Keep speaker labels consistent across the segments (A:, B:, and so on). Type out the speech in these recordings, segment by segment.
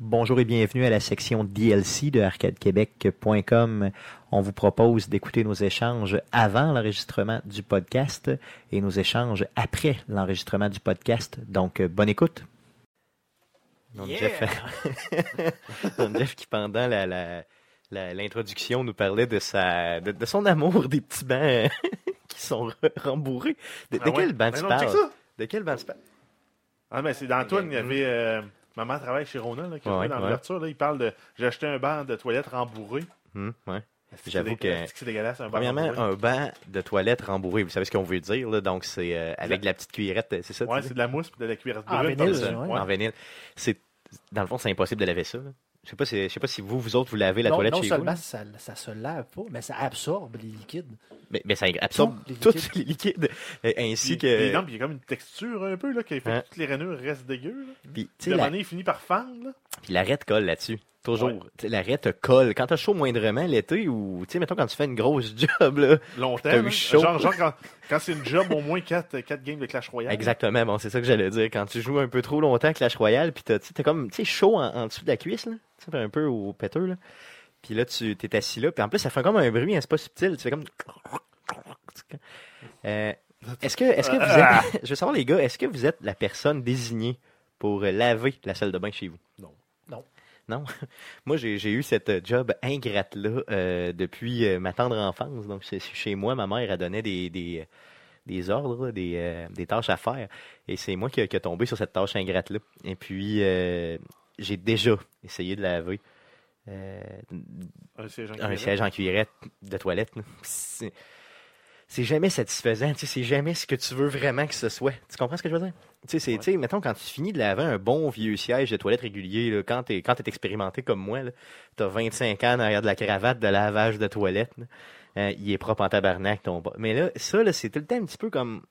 A: Bonjour et bienvenue à la section DLC de arcadequebec.com. On vous propose d'écouter nos échanges avant l'enregistrement du podcast et nos échanges après l'enregistrement du podcast. Donc, euh, bonne écoute. Donc,
B: Yeah!
A: Jeff, Donc, Jeff qui, pendant la- la- la- l'introduction, nous parlait de, sa, de, de son amour des petits bancs euh, qui sont re- rembourrés. De, de
B: Ah ouais?
A: quel banc
B: Ben
A: tu
B: non, check
A: parles?
B: ça.
A: De quel banc tu parles?
B: Ah, mais c'est d'Antoine, il y avait. euh, Maman travaille chez Rona, là, qui
A: Ouais,
B: jouait dans
A: ouais.
B: l'ouverture. là, Il parle de. J'ai acheté un banc de toilette rembourré.
A: Hum, ouais.
B: Est-ce que
A: J'avoue
B: c'est
A: que-
B: dégueulasse? Est-ce que c'est dégueulasse, un banc
A: Premièrement,
B: rembourré?
A: un banc de toilette rembourré. Vous savez ce qu'on veut dire, là? Donc, c'est euh, avec de la petite cuillerette, c'est ça? tu
B: Ouais,
A: dis?
B: c'est de la mousse et de la cuirasse
C: Ah,
B: brune.
C: vinyle,
B: par-dessus.
A: C'est ça,
C: ouais.
A: En vinyle. C'est, dans le fond, c'est impossible de laver ça. là. Je sais pas si, je sais pas si vous, vous autres, vous lavez la
C: non,
A: toilette
C: non
A: chez vous.
C: seulement
A: là.
C: ça, ça se lave pas, mais ça absorbe les liquides.
A: Mais, mais ça absorbe
C: Tous les
A: tous
C: liquides.
A: les liquides. Et ainsi
B: Puis-
A: que.
B: puis non, puis il y a comme une texture un peu, là, qui fait
A: Hein.
B: que toutes les rainures restent dégueu. là.
A: puis, tu
B: Puis
A: sais,
B: la
A: la-
B: monnaie, il finit par fendre. là.
A: puis l'arête colle là-dessus.
B: Ouais.
A: Toujours. Tu sais, L'arête colle. Quand t'as chaud moindrement l'été ou, tu sais, mettons, quand tu fais une grosse job, là.
B: Longtemps.
A: T'as eu
B: là.
A: chaud.
B: Genre, genre quand, quand c'est une job, au moins 4, games de Clash Royale.
A: Exactement. Bon, c'est ça que j'allais dire. Quand tu joues un peu trop longtemps à Clash Royale, puis t'as- tu sais, t'es comme, tu sais, chaud en, en dessous de la cuisse, là. Tu sais, t'es un peu au péteux, là. Puis là, tu t'es assis là. Puis en plus, ça fait comme un bruit, hein, c'est pas subtil. Tu fais comme. Euh, est-ce que, est-ce que vous êtes. Je veux savoir, les gars, est-ce que vous êtes la personne désignée pour euh, laver la salle de bain chez vous?
C: Non. Non.
A: Non. Moi, j'ai j'ai eu cette euh, job ingrate-là euh, depuis euh, ma tendre enfance. Donc, c'est- c'est chez moi, ma mère, elle donnait des, des, des ordres, là, des, euh, des tâches à faire. Et c'est moi qui, qui a tombé sur cette tâche ingrate-là. Et puis, euh, j'ai déjà essayé de laver euh,
B: Un siège en
A: un
B: cuirette.
A: siège en cuirette de toilette. là. C'est c'est jamais satisfaisant. tu sais, C'est jamais ce que tu veux vraiment que ce soit. Tu comprends ce que je veux dire? Tu sais, c'est-
B: Ouais.
A: tu sais, mettons, quand tu finis de laver un bon vieux siège de toilette régulier, là, quand tu es, expérimenté comme moi, tu as 25 ans derrière de la cravate de lavage de toilette, là, euh, il est propre en tabarnak ton bas. Mais là, ça, là, c'est tout le temps un petit peu comme.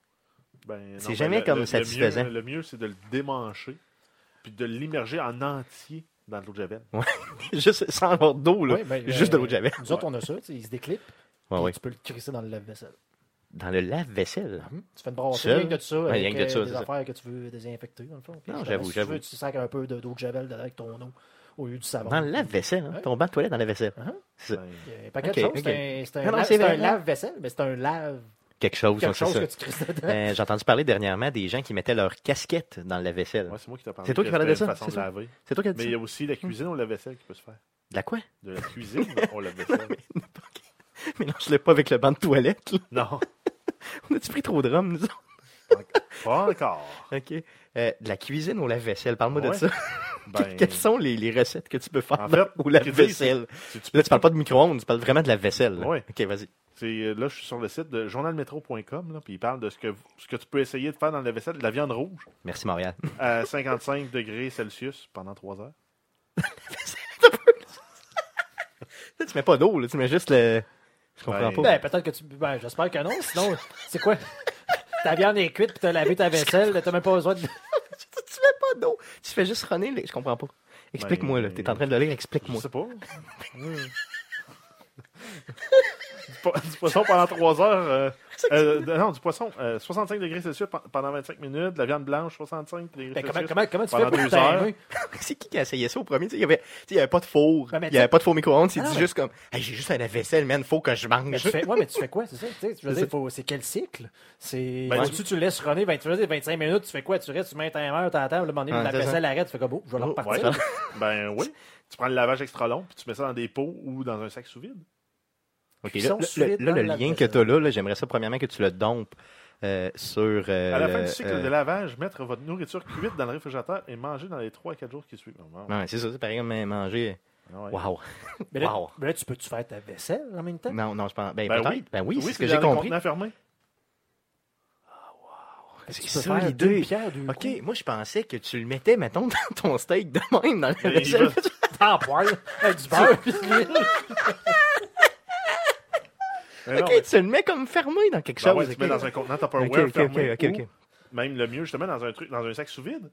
B: Ben, non,
A: C'est
B: ben,
A: jamais
B: le-
A: comme
B: le- le
A: satisfaisant.
B: mieux- Le mieux, c'est de le démancher, puis de l'immerger en entier dans de l'eau de javel.
A: juste sans avoir d'eau, là.
C: Ouais, ben,
A: Juste de l'eau de Javel.
C: Nous autres, on a ça, tu sais, il se déclippe,
A: Ouais,
C: puis
A: ouais.
C: tu peux le crisser dans le lave-vaisselle. Hum,
A: Dans le lave-vaisselle.
C: Tu fais une brasserie
A: Seul?
C: rien que de ça,
A: Ouais,
C: avec
A: rien que de
C: euh,
A: ça,
C: des
A: c'est ça.
C: affaires que tu veux désinfecter, dans le fond. Puis,
A: Non,
C: finalement,
A: j'avoue,
C: si tu
A: j'avoue.
C: veux, Tu sacs un peu de- d'eau de Javel dedans avec ton eau au lieu du savon.
A: Dans le lave-vaisselle, hein.
C: Ouais.
A: Ton banc de toilette dans la vaisselle.
B: Ben,
C: Il y a un paquet
A: Ok,
C: de choses,
A: ok.
C: c'est un- c'est
A: Non,
C: un,
A: non,
C: lave-
A: c'est
C: c'est un
A: vrai.
C: lave-vaisselle, mais c'est un lave
A: Quelque chose,
C: quelque
A: donc c'est
C: chose
A: ça.
C: que tu crisses dedans.
A: Euh, J'ai entendu parler dernièrement des gens qui mettaient leur casquette dans le lave-vaisselle.
B: ouais, c'est moi qui t'ai parlé.
A: C'est toi qui
B: que
A: parlais de
B: c'était
A: ça,
B: une façon
A: c'est
B: de
A: ça.
B: laver.
A: C'est toi qui as
B: Mais
A: dit
B: il y
A: ça?
B: a aussi la cuisine au lave-vaisselle qui peut se faire.
A: De la quoi?
B: De la cuisine au lave-vaisselle.
A: Mélange-le pas avec le banc de toilette. là.
B: Non,
A: On a-tu pris trop de rhum, nous autres?
B: pas encore.
A: OK. Euh, de la cuisine au lave-vaisselle, parle-moi de
B: Ouais.
A: ça.
B: Ben,
A: Quelles sont les, les recettes que tu peux faire
B: En
A: dans-
B: fait,
A: au
B: ce qu'ils disent,
A: lave-vaisselle?
B: si tu-
A: Là, tu parles pas de micro-ondes, tu parles vraiment de la vaisselle. là.
B: Ouais.
A: OK, vas-y.
B: c'est- euh, là, je suis sur le site de journalmetro.com, là, puis il parle de ce que, ce que tu peux essayer de faire dans le lave-vaisselle, de la viande rouge,
A: Merci, Montréal.
B: à 55 degrés Celsius pendant 3 heures.
A: Là, tu mets pas d'eau, là, tu mets juste le... Je comprends
B: Ben,
A: pas.
C: Ben, peut-être que tu. Ben, j'espère que non. Sinon, c'est quoi? Ta viande est cuite, puis t'as lavé ta vaisselle, t'as même pas besoin de.
A: tu, tu mets pas d'eau. Tu fais juste runner. les- Je comprends pas. Explique-moi, là. T'es en train de le lire,
B: Je
A: explique-moi.
B: sais pas. du, po- du poisson pendant 3 heures. euh, euh, de- non, du poisson. euh, 65 degrés Celsius pe- pendant 25 minutes. De la viande blanche, 65 degrés
C: Ben,
B: Celsius.
C: comment, comment, comment tu
B: Pendant
C: fais pour
B: deux
C: t'aimer?
A: C'est qui qui a essayé ça au premier? Tu sais, Il y avait, tu sais, il y avait pas de four.
C: Ouais, mais
A: il y avait
C: tu-
A: pas de four micro-ondes. Il
C: Ah,
A: dit
C: mais-
A: juste comme, Hey, j'ai juste un lave-vaisselle, man, faut que je mange.
C: Mais tu fais, ouais, mais tu fais quoi, c'est ça? Tu sais, je veux
A: C'est
C: dire, faut- c'est quel cycle? C'est.
B: Ben,
C: tu, tu laisses runner 20, tu veux dire, 25 minutes, tu fais quoi? Tu restes, tu mets un timer, t'attends, le moment donné,
A: Ouais,
C: la
A: c'est ça.
C: vaisselle arrête, tu fais comme, oh, je vais la
A: Oh,
C: repartir.
B: Ouais. ben oui. Tu prends le lavage extra long, puis tu mets ça dans des pots ou dans un sac sous vide.
A: Ok,
C: Ils
A: là,
C: sont
A: le-
C: solides
A: le, là,
C: dans
A: le
C: la
A: lien que
C: vaisselle.
A: tu as là, là, j'aimerais ça premièrement que tu le dompes euh, sur. euh,
B: À la fin
A: le-
B: du cycle
A: euh,
B: de lavage, mettre votre nourriture cuite dans le réfrigérateur et manger dans les 3 à 4 jours qui suivent. Oh, wow.
A: euh, ouais, c'est ça, c'est pareil comme manger.
B: Ouais.
A: Waouh.
C: Mais là,
A: Wow.
C: mais là, tu peux-tu faire ta vaisselle en même temps?
A: Non, non, je pense. Ben,
B: Ben
A: peut-être.
B: oui.
A: Ben oui, c'est ce que
B: dans
A: j'ai
B: les
A: compris.
B: contenants fermés.
A: C'est
C: Tu peux
A: ça
C: faire
A: l'idée.
C: deux pierres, deux
A: Ok,
C: coups.
A: moi je pensais que tu le mettais, mettons, dans ton steak de même, dans la
B: Mais il
A: vaisselle.
B: va-
C: Ah, poil, avec du beurre, puis de l'huile.
B: Mais Ben non,
A: Ok,
B: mais-
A: tu le mets comme fermé dans quelque
B: Ben
A: chose.
B: ouais, tu mets dans un contenant Tupperware
A: Ok, ok, ok,
B: fermé Ben
A: ok,
B: ou
A: ok.
B: même le mieux, justement, dans un truc, dans un sac sous vide.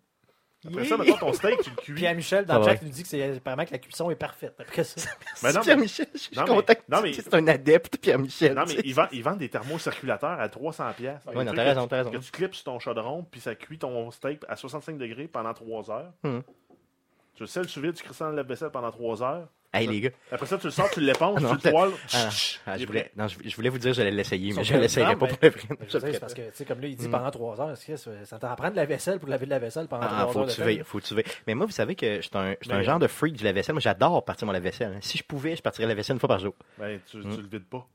B: Après
A: Yeah.
B: ça, mettons ton steak, tu le cuis.
C: Puis à Michel,
A: Ah
C: dans
A: ouais.
C: le chat, il nous dit que c'est apparemment que la cuisson est parfaite. Après ça.
B: Mais non, mais-
A: Pierre-Michel, je suis
B: non, mais-
A: content que
B: non,
A: tu
B: mais-
A: dises que c'est un adepte, Pierre-Michel.
B: Non, mais
A: tu sais.
B: ils vendent, ils vendent des thermocirculateurs à 300$. piastres.
A: Ouais, non,
B: Des
A: t'as
B: trucs
A: raison,
B: que tu-
A: t'as raison.
B: Que tu clips sur ton chaudron, puis ça cuit ton steak à 65 degrés pendant 3 heures.
A: Hum.
B: Tu le sais, le sous-vide, tu crisses dans le vaisselle pendant 3 heures.
A: Hey, les gars.
B: Après ça, tu le sors, tu l'éponges,
A: Ah non,
B: tu le toiles.
A: Ah, ah,
B: il est
A: je, voulais, non, je, je voulais vous dire que j'allais l'essayer, mais
C: Sauf
A: je
C: que-
A: ne l'essayerai
C: non,
A: pas
C: mais-
A: pour le prix.
C: Je sais, c'est parce que, tu sais, comme là, il dit pendant trois heures, est-ce que ça, ça t'en prend de la vaisselle pour laver de la vaisselle pendant
A: Ah,
C: trois
A: faut
C: heures? de temps?
A: tuer, faut tuer. Mais moi, vous savez que je suis un, je suis un
B: Mais-
A: genre de freak du lave-vaisselle. Moi, j'adore partir mon lave-vaisselle. hein. Si je pouvais, je partirais le lave-vaisselle une fois par jour.
B: Ben, tu,
A: Hmm.
B: tu le vides pas.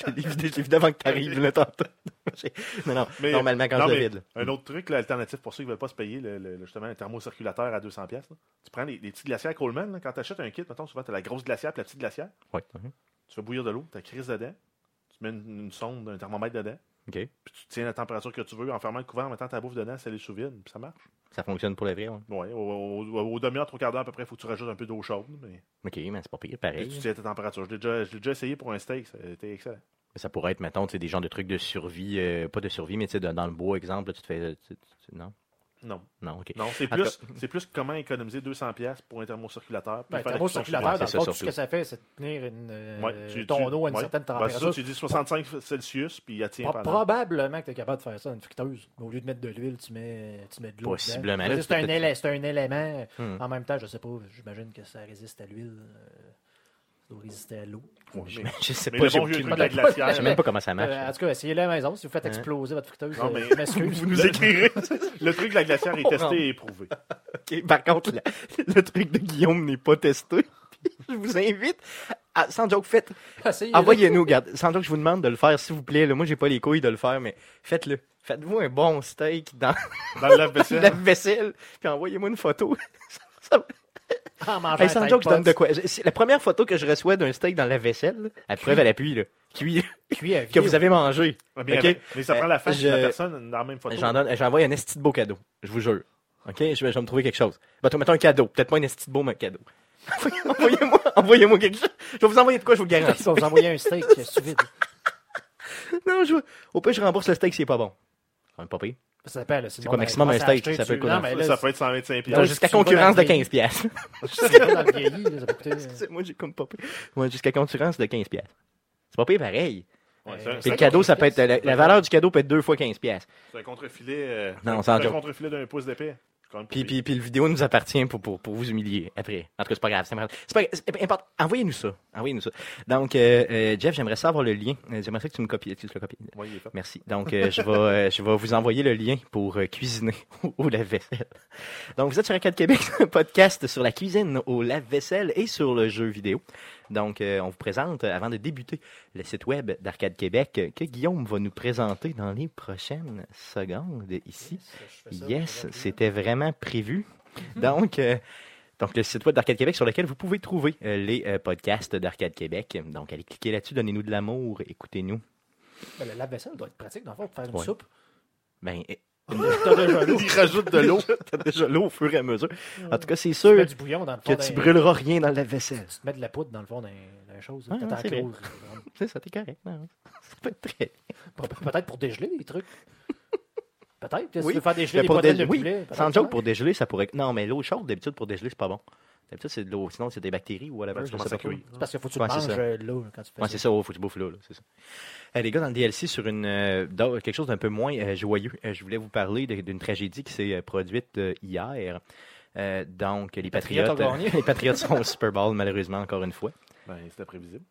A: je l'ai vidé, je l'ai vidé avant que tu arrives, là, tantôt. J'ai- Non, non,
B: Mais-
A: normalement, quand
B: non,
A: je le
B: mais
A: vide.
B: Un autre truc, là, alternatif pour ceux qui ne veulent pas se payer le, le- le- justement un thermocirculateur à 200$. piastres, là. Tu prends les, les petits glacières Coleman. là, quand tu achètes un kit, mettons, souvent, tu as la grosse glacière et la petite glacière.
A: Ouais. mhm.
B: Tu fais bouillir de l'eau, tu as crise dedans. Tu mets une, une sonde, un thermomètre dedans.
A: OK.
B: Puis tu tiens la température que tu veux en fermant le couvert, en mettant ta bouffe dedans, c'est les sous vide. Puis ça marche.
A: Ça fonctionne pour le vrai, ouais.
B: Ouais, au, au- au- au demi-heure, trois quarts d'heure à peu près, il faut que tu rajoutes un peu d'eau chaude. Mais
A: OK, mais c'est pas pire,
B: puis
A: pareil.
B: tu tiens ta température. Je l'ai déjà, je l'ai déjà essayé pour un steak, c'était excellent.
A: Mais ça pourrait être, mettons, tu sais, des genres de trucs de survie, euh, pas de survie, mais tu sais, dans dans le bois, exemple, là, tu te fais. euh, tu- tu- non,
B: Non,
A: non, OK.
B: non c'est
A: En
B: plus, c'est plus comment économiser 200$ piastres pour un thermocirculateur. puis
C: Ben,
B: faire la
C: thermocirculateur,
A: Ouais,
C: dans le
A: c'est
C: fond,
A: ça,
C: tout ce que
A: surtout.
C: ça fait, c'est de tenir une, euh,
B: Ouais, tu-
C: ton
B: tu-
C: eau à une
B: ouais.
C: certaine
B: Ben, c'est ça,
C: température.
B: tu dis 65 Celsius, puis il tient
C: Pro-
B: pendant.
C: probablement que tu es capable de faire ça dans une friteuse. Au lieu de mettre de l'huile, tu mets, tu mets de l'eau. dedans.
A: Possiblement. Là,
C: C'est
A: tu
C: un,
A: peux
C: éle- c'est un élément.
A: Hmm.
C: En même temps, je sais pas, j'imagine que ça résiste à l'huile. euh, ça doit résister à l'eau.
B: Ouais,
A: Je,
B: mais-
A: je sais
B: mais
A: pas,
B: le
A: j'ai
B: bon vieux
A: aucune
B: truc de la
A: idée.
B: glacière.
A: Je sais même pas comment ça marche.
C: Euh, en tout cas, essayez-le à la maison. Si vous faites
A: Hein?
C: exploser votre friteuse,
B: Non, mais-
C: euh, je m'excuse.
B: Vous nous écrirez. Le truc de la glacière est testé et éprouvé.
A: Ok, Par contre, la- le truc de Guillaume n'est pas testé. je vous invite. à- sans joke, faites.
C: Essayez-le.
A: Envoyez-nous, regarde. Sans joke, je vous demande de le faire, s'il vous plaît. Là, moi, j'ai pas les couilles de le faire, mais faites-le. Faites-vous un bon steak dans
B: Dans le
A: la
B: lave-vaisselle.
A: vaisselle, puis envoyez-moi une photo. Ça- ça-
C: En mangeant
A: Hey, sans
C: un
A: joke, je donne
C: Tide
A: de quoi. Je- c'est La première photo que je reçois d'un steak dans la vaisselle, à preuve à l'appui, là, cuit,
C: Pods, cuit à vie,
A: que vous avez mangé.
B: Ah, Mais,
A: Ok.
B: avec- mais ça
A: Euh,
B: prend la face de la
A: je-
B: personne dans la même photo.
A: J'en donne- J'envoie un esti de beau cadeau, je vous jure. OK? Je vais, je vais me trouver quelque chose. Mettons, mettons un cadeau. Peut-être pas un esti de beau, mais un cadeau. envoyez-moi envoyez-moi quelque chose. Je vais vous envoyer de quoi, je vous le
C: Ils
A: garantis.
C: vont vous envoyer un steak sous vide.
A: Non, je... Au pire, je rembourse le steak si c'est pas bon. C'est pas pire.
C: Ça dépend, là. C'est
A: quoi, maximum un steak, ça peut coûter?
B: Ça peut être
A: Donc,
B: 125
C: oui,
B: piastres.
A: jusqu'à
C: si tu vas
A: concurrence
C: dans
A: de
C: le pays.
A: 15 piastres.
C: Dans le vieilli, là, ça peut coûter. euh,
A: Moi, j'ai comme pas pire. Ouais, jusqu'à concurrence de 15 piastres. C'est pas pire pareil.
B: Ouais, c'est un-
A: Puis le
C: Cinq
A: cadeau, ça peut être.
C: piastres.
A: La, la valeur du cadeau peut être deux fois 15 piastres.
B: C'est un contrefilet. euh,
A: Non,
B: c'est
A: sans
B: un
A: joke.
B: contrefilet d'un pouce d'épée. Quand même
A: Puis,
B: pas pire.
A: puis, puis le vidéo nous appartient pour, pour, pour vous humilier après. En tout cas, c'est pas grave. C'est pas grave. C'est pas- c'est pas important. Envoyez-nous ça. Envoyez-nous ça. Donc, euh, euh, Jeff, j'aimerais ça avoir le lien. Euh, J'aimerais ça que tu me copies. que Tu le copies.
B: Ouais, il est fait.
A: Merci. Donc, euh, je, vais, euh, je vais vous envoyer le lien pour euh, cuisiner au lave-vaisselle. Donc, vous êtes sur Arcade Québec, un podcast sur la cuisine au lave-vaisselle et sur le jeu vidéo. Donc, euh, on vous présente, euh, avant de débuter, le site web d'Arcade Québec euh, que Guillaume va nous présenter dans les prochaines secondes ici. Yes,
C: hein.
A: c'était vraiment prévu.
C: Mhm.
A: Donc, euh, donc le site web d'Arcade Québec sur lequel vous pouvez trouver euh, les euh, podcasts d'Arcade Québec. Donc, allez cliquer là-dessus, donnez-nous de l'amour, écoutez-nous.
C: Ben, Le lave-vaisselle doit être pratique, dans le fond, pour faire une
A: Ouais.
C: soupe.
A: Ben, eh,
C: T'as déjà l'eau,
B: Il rajoute de l'eau.
A: t'as déjà l'eau au fur et à mesure. En tout cas, c'est
C: tu
A: sûr
C: mets du bouillon dans le
A: que
C: fond.
A: tu
C: d'un-
A: brûleras rien dans la vaisselle.
C: Tu te mets de la poudre dans le fond d'un- d'un chose. là,
A: Ah,
C: Peut-être en
A: c'est vrai.
C: close, là.
A: C'est ça, t'es correct. non? Ça peut être très...
C: Pe- pe- Peut-être pour dégeler les trucs. Peut-être. Si
A: Oui,
C: tu veux faire dégeler
A: Mais
C: les
A: pour
C: poitrines
A: dé-
C: de
A: oui,
C: poulet. peut-être
A: sans
C: ça.
A: joke, pour dégeler, ça pourrait... Non, mais l'eau chaude, d'habitude, pour dégeler, c'est pas bon. D'habitude, c'est de l'eau. Sinon, c'est des bactéries ou whatever.
B: Ben,
A: je
B: tu
A: sais
B: commences
A: pas
B: à
A: trop.
B: cuire.
C: C'est parce qu'il faut que tu
A: Ouais, c'est
C: manges
A: ça.
C: euh, l'eau là, quand tu fais
A: Ouais,
C: ça.
A: c'est ça, oh, faut que tu bouffes là, là, c'est ça. Euh, les gars, dans le DLC, sur une, euh, dans- quelque chose d'un peu moins euh, joyeux, euh, je voulais vous parler de- d'une tragédie qui s'est euh, produite euh, hier. Euh, donc, les,
C: Patriotes
A: Patriotes,
C: ont gagné.
A: les Patriotes sont au Super Bowl, malheureusement, encore une fois.
B: Ben, c'était prévisible.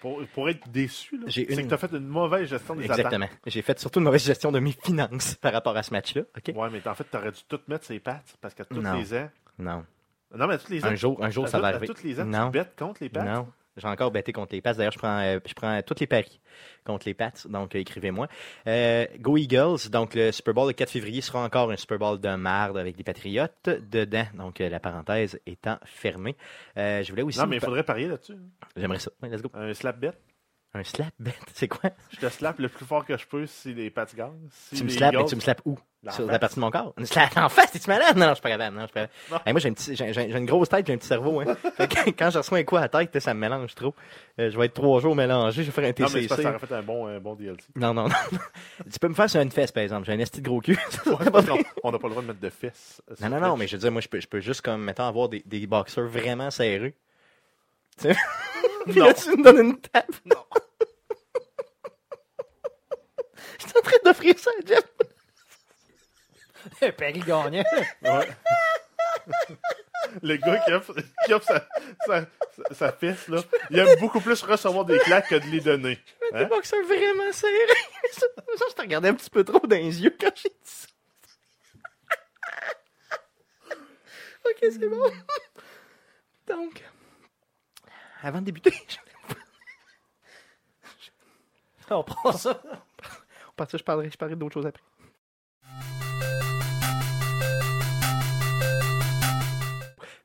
B: Pour, pour être déçu, là,
A: J'ai
B: c'est
A: une-
B: que t'as fait une mauvaise gestion des
A: Exactement. J'ai fait surtout une mauvaise gestion de mes finances par rapport à ce match-là. OK?
B: attaques. Ouais, mais en fait, t'aurais dû tout mettre ses pattes parce qu'à tous
A: Non.
B: les ans.
A: Non.
B: Non, mais à tous les ans.
A: Un jour, un jour
B: à
A: ça
B: tous-
A: va
B: à
A: arriver.
B: tous les ans,
A: non.
B: tu bêtes contre les pattes.
A: Non, j'ai encore bêté contre les Pats. D'ailleurs, je prends, euh, je prends euh, tous les paris contre les Pats, donc euh, écrivez-moi. Euh, Go Eagles, donc le Super Bowl le 4 février sera encore un Super Bowl de marde avec des Patriotes dedans, donc euh, la parenthèse étant fermée. Euh, je voulais aussi...
B: Non, mais il
A: vous par-
B: faudrait parier là-dessus. hein.
A: J'aimerais ça. Ouais, let's go.
B: Un slap bet.
A: Un slap bet, c'est quoi?
B: Je te slap le plus fort que je peux si les pattes gagnent. Si
A: tu me
B: les
A: slaps,
B: Eagles-
A: mais tu me slaps où?
B: Dans la
A: Sur la
B: face.
A: partie de mon corps? Une slap en face, t'es-tu malade? Non, non, je suis pas capable. Non, je suis pas capable.
B: Non.
A: Hey, moi, j'ai, un petit- j'ai- j'ai- j'ai une grosse tête, j'ai un petit cerveau. Hein. Fait que quand je reçois un coup à la tête, ça me mélange trop. Euh, je vais être trois jours mélangé, je vais faire un
B: Non,
A: TCC.
B: mais c'est parce que ça aurait fait un bon, un bon DLC.
A: Non, non, non. tu peux me faire sur une fesse, par exemple. J'ai un esti de gros cul.
B: on n'a pas le droit de mettre de fesses.
A: non,
B: euh,
A: non, non, mais je veux dire, moi, je peux, je peux juste, comme, mettons, avoir des, des boxeurs vraiment serrés. Tu sais? Puis là,
B: Non.
A: tu me donnes une tape. Non. je suis en train d'offrir ça à Jeff.
C: un pari gagnant.
B: Ouais. Le gars qui offre, qui offre sa, sa, sa- sa fesse, là, il aime beaucoup plus recevoir des claques que de les donner.
A: Des
B: Hein?
A: boxeurs vraiment serrés. Ça, ça, je te regardais un petit peu trop dans les yeux quand j'ai dit ça. ok, c'est bon.
C: Hmm.
A: Donc, avant de débuter,
C: On prend ça.
A: on part ça, je parlerai, je parlerai d'autres choses après.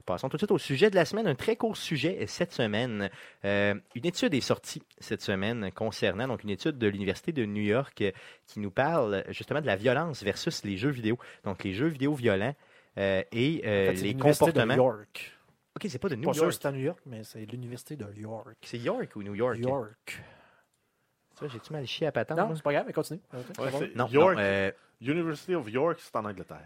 A: Passons tout de suite au sujet de la semaine, un très court sujet euh, cette semaine. Euh, une étude est sortie cette semaine concernant donc une étude de l'Université de New York euh, qui nous parle euh, justement de la violence versus les jeux vidéo. Donc les jeux vidéo violents euh, et euh,
C: c'est
A: les
C: l'université de
A: comportements.
C: York.
A: OK, c'est pas de New
C: Pas sûr
A: York.
C: si c'est à New York, mais c'est l'université de York.
A: C'est York ou New York?
C: York.
A: Tu vois, J'ai-tu mal chié à patente?
C: Non,
A: moi?
C: c'est pas grave, mais continue. C'est
B: Ouais,
C: bon.
B: c'est
A: non,
B: York,
A: non, euh,
B: University of York, c'est en Angleterre.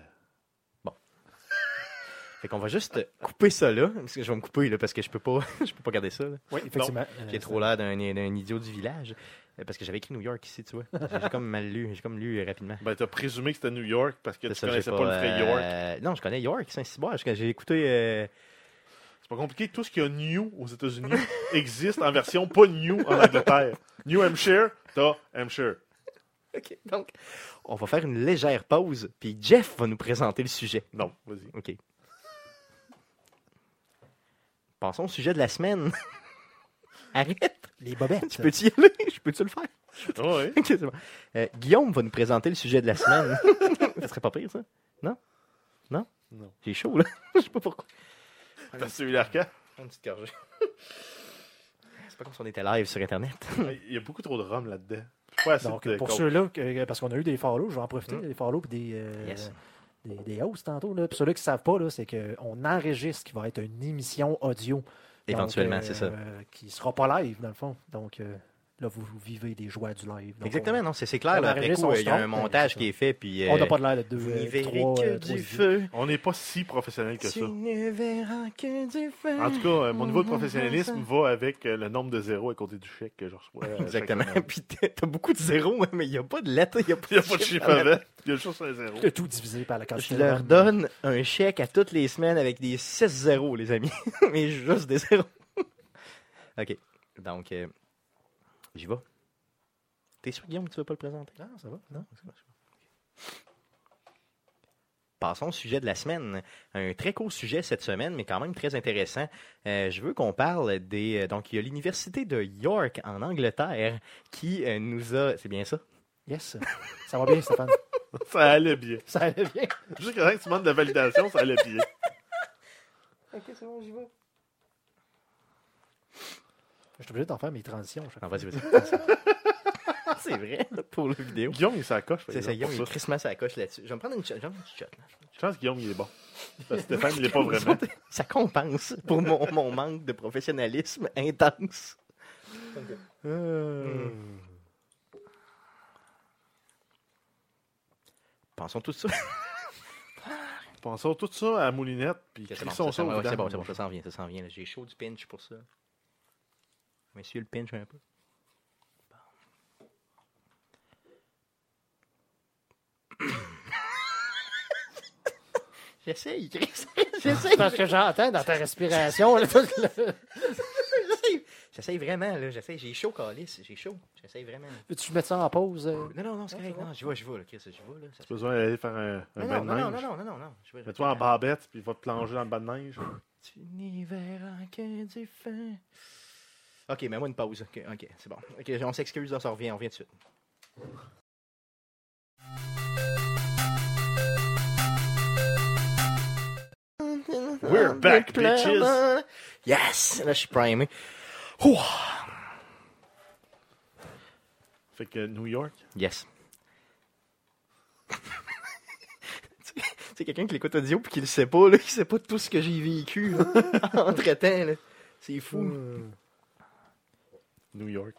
A: Fait qu'on va juste couper ça là, parce que je vais me couper là, parce que je peux pas, je peux pas garder ça. là.
C: Oui, effectivement.
A: J'ai
C: Euh,
A: trop l'air d'un d'un idiot du village, Euh, parce que j'avais écrit New York ici, tu vois. J'ai j'ai comme mal lu, j'ai comme lu euh, rapidement.
B: Ben, t'as présumé que c'était New York parce que
A: C'est
B: tu
A: ça,
B: connaissais
A: j'ai
B: pas, le vrai York.
A: euh, Non, je connais York, Saint-Cyboire. Je- J'ai écouté. euh,
B: C'est pas compliqué. Tout ce qui a New aux États-Unis existe en version pas New en Angleterre. New Hampshire, t'as Hampshire.
A: Ok, donc on va faire une légère pause, puis Jeff va nous présenter le sujet.
B: Non, vas-y.
A: Ok. Passons au sujet de la semaine. Arrête,
C: Les bobettes.
A: tu peux-tu y aller? Je peux-tu le faire?
B: Ah ouais.
A: Ok, c'est bon. Euh, Guillaume va nous présenter le sujet de la semaine. ça serait pas pire, ça? Non? Non?
B: Non.
A: J'ai chaud, là. Je sais pas pourquoi.
B: T'as celui l'arcade.
A: Prends une petite gorgée. C'est pas comme si on était live sur Internet.
B: Il y a beaucoup trop de rhum là-dedans. Pas assez
C: Donc,
B: de
C: pour
B: coke.
C: ceux-là, que- parce qu'on a eu des follow, je vais en profiter, des follow et des, euh,
A: Yes.
C: des, des hosts tantôt. Là. Puis ceux-là qui ne savent pas, là, c'est qu'on enregistre ce qui va être une émission audio. Donc,
A: Éventuellement,
C: euh,
A: c'est ça.
C: euh, Qui ne sera pas live, dans le fond. Donc, euh, là, vous vous vivez des joies du live. Donc,
A: Exactement, non, c'est c'est clair.
C: on
A: là, après
C: enregistre,
A: coup,
C: on
A: euh, il y a
C: se
A: un
C: trompe,
A: montage
C: c'est
A: qui est fait, puis.
C: On on n'a
A: euh,
C: pas de l'air de deux.
A: Vous
C: euh,
A: n'y verrez
C: trois,
A: que
C: euh, trois
A: du
C: idiots.
A: feu.
B: On n'est pas si professionnel que ça.
A: Tu ne verras que du feu.
B: En tout cas, euh, mon niveau de professionnalisme va avec euh, le nombre de zéros à côté du chèque que je reçois. euh, chaque
A: Exactement.
B: semaine.
A: Puis t'as t'as beaucoup de zéros, hein, mais il n'y a pas de lettres, il n'y a
B: Il n'y a pas de chiffre
A: à la
B: avant. Il y a juste un zéro.
C: Le tout divisé par la quantité.
A: Je
C: de
A: leur
C: rhum.
A: donne un chèque à toutes les semaines avec des 6 zéros, les amis. Mais juste des zéros. OK. Donc, euh, j'y vais. T'es sûr, Guillaume, que tu veux pas le présenter? Non, ça va. Non? Passons au sujet de la semaine. Un très court sujet cette semaine, mais quand même très intéressant. Euh, je veux qu'on parle des... euh, Donc, il y a l'Université de York, en Angleterre, qui euh, nous a... C'est bien ça?
C: Yes. Ça va bien, Stéphane.
B: Ça allait bien.
C: Ça allait bien.
B: Juste quand tu demandes de la validation, ça allait bien.
A: OK, c'est bon, j'y vais.
C: Je suis obligé d'en faire mes transitions. à chaque
A: Non,
C: fois.
A: vas-y, vas-y. c'est vrai, pour la vidéo.
B: Guillaume, il s'accroche. par
A: C'est ça, Guillaume,
B: exemple, pour
A: il est
B: ça.
A: crissement à la coche là-dessus. Je vais me prendre une, shot- je vais me prendre une petite shot. là.
B: Je pense que Guillaume, il est bon. Parce que Stéphane, il n'est pas vraiment.
A: Ça compense pour mon, mon manque de professionnalisme intense. Hmm.
B: Euh,
A: Pensons tout ça.
B: Pensons tout ça à Moulinette, puis
A: Ok, C'est
B: crissons
A: bon, ça,
B: ça
A: s'en-
B: au
A: ouais, c'est
B: vidange.
A: bon, c'est bon, ça s'en vient, ça s'en vient. là. J'ai chaud du pinch pour ça. Monsieur, le pinch un peu. Bon. J'essaye, Chris. J'essaye.
C: Parce que j'entends dans ta respiration. là, tout le-
A: J'essaye- J'essaye vraiment, là. J'essaye. J'ai chaud, Calice. J'ai chaud. J'essaye vraiment.
C: Veux-tu que je mette ça en pause? euh?
A: Non, non, non, c'est correct.
C: c'est bon.
A: Non, je vais, je vais, là, Chris. Je vais, là. Ça
B: T'as besoin d'aller faire un, un
A: Non, non,
B: bain de
A: non, non,
B: neige.
A: non, non, non, non. je vais-
B: Mets-toi en barbette, puis va te plonger dans le bas de neige.
A: Tu n'y verras que du feu. Ok, mets-moi une pause. Ok, ok, c'est bon. Ok, on s'excuse, on s'en revient, on revient tout de suite.
B: We're back, bitches.
A: Yes! Là, je suis primé. Ouh!
B: Fait que New York.
A: Yes. Tu sais- tu sais, quelqu'un qui l'écoute audio puis qui le sait pas, là, qui sait pas tout ce que j'ai vécu là, entre-temps. là. C'est fou.
B: New York.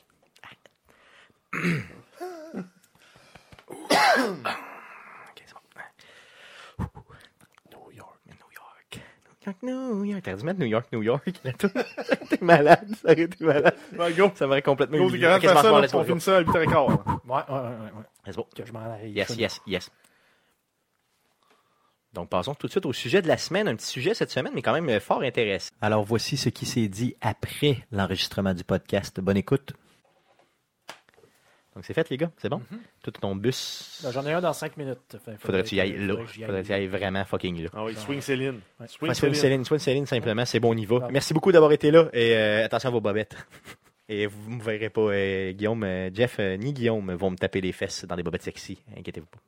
A: Ok, c'est bon. New York, New York. New York, New York. T'aurais dû mettre New York, New York. là, tout. T'es malade, ça aurait été malade.
B: Ouais, go!
A: Ça m'aurait complètement
B: Go, t'es
A: humilié.
B: capable de
A: Ok,
B: faire
A: c'est
B: ça,
A: bon,
B: là,
A: let's go,
B: on
A: let's go.
B: finit ça à 8h15.
C: Ouais, ouais, ouais, ouais, ouais.
A: Let's go.
C: Que je m'en aille.
A: Yes, yes, yes. Donc, passons tout de suite au sujet de la semaine. Un petit sujet cette semaine, mais quand même euh, fort intéressant. Alors, voici ce qui s'est dit après l'enregistrement du podcast. Bonne écoute. Donc, c'est fait, les gars. C'est bon? Tout ton bus.
C: Là, J'en ai un dans 5 minutes. Fait-
A: Faudrait que tu y ailles là.
C: faudrait que j'y aille.
A: Faudrait que tu y ailles vraiment fucking là.
B: Ah oui, Swing Céline.
C: Ouais.
B: Swing
A: Soit une
B: Céline.
A: Céline, soit une Céline, simplement, c'est bon, on y va.
C: Ah.
A: Merci beaucoup d'avoir été là et euh, attention à vos bobettes. Et vous ne me verrez pas, euh, Guillaume, euh, Jeff, euh, ni Guillaume vont me taper les fesses dans des bobettes sexy. Inquiétez-vous pas.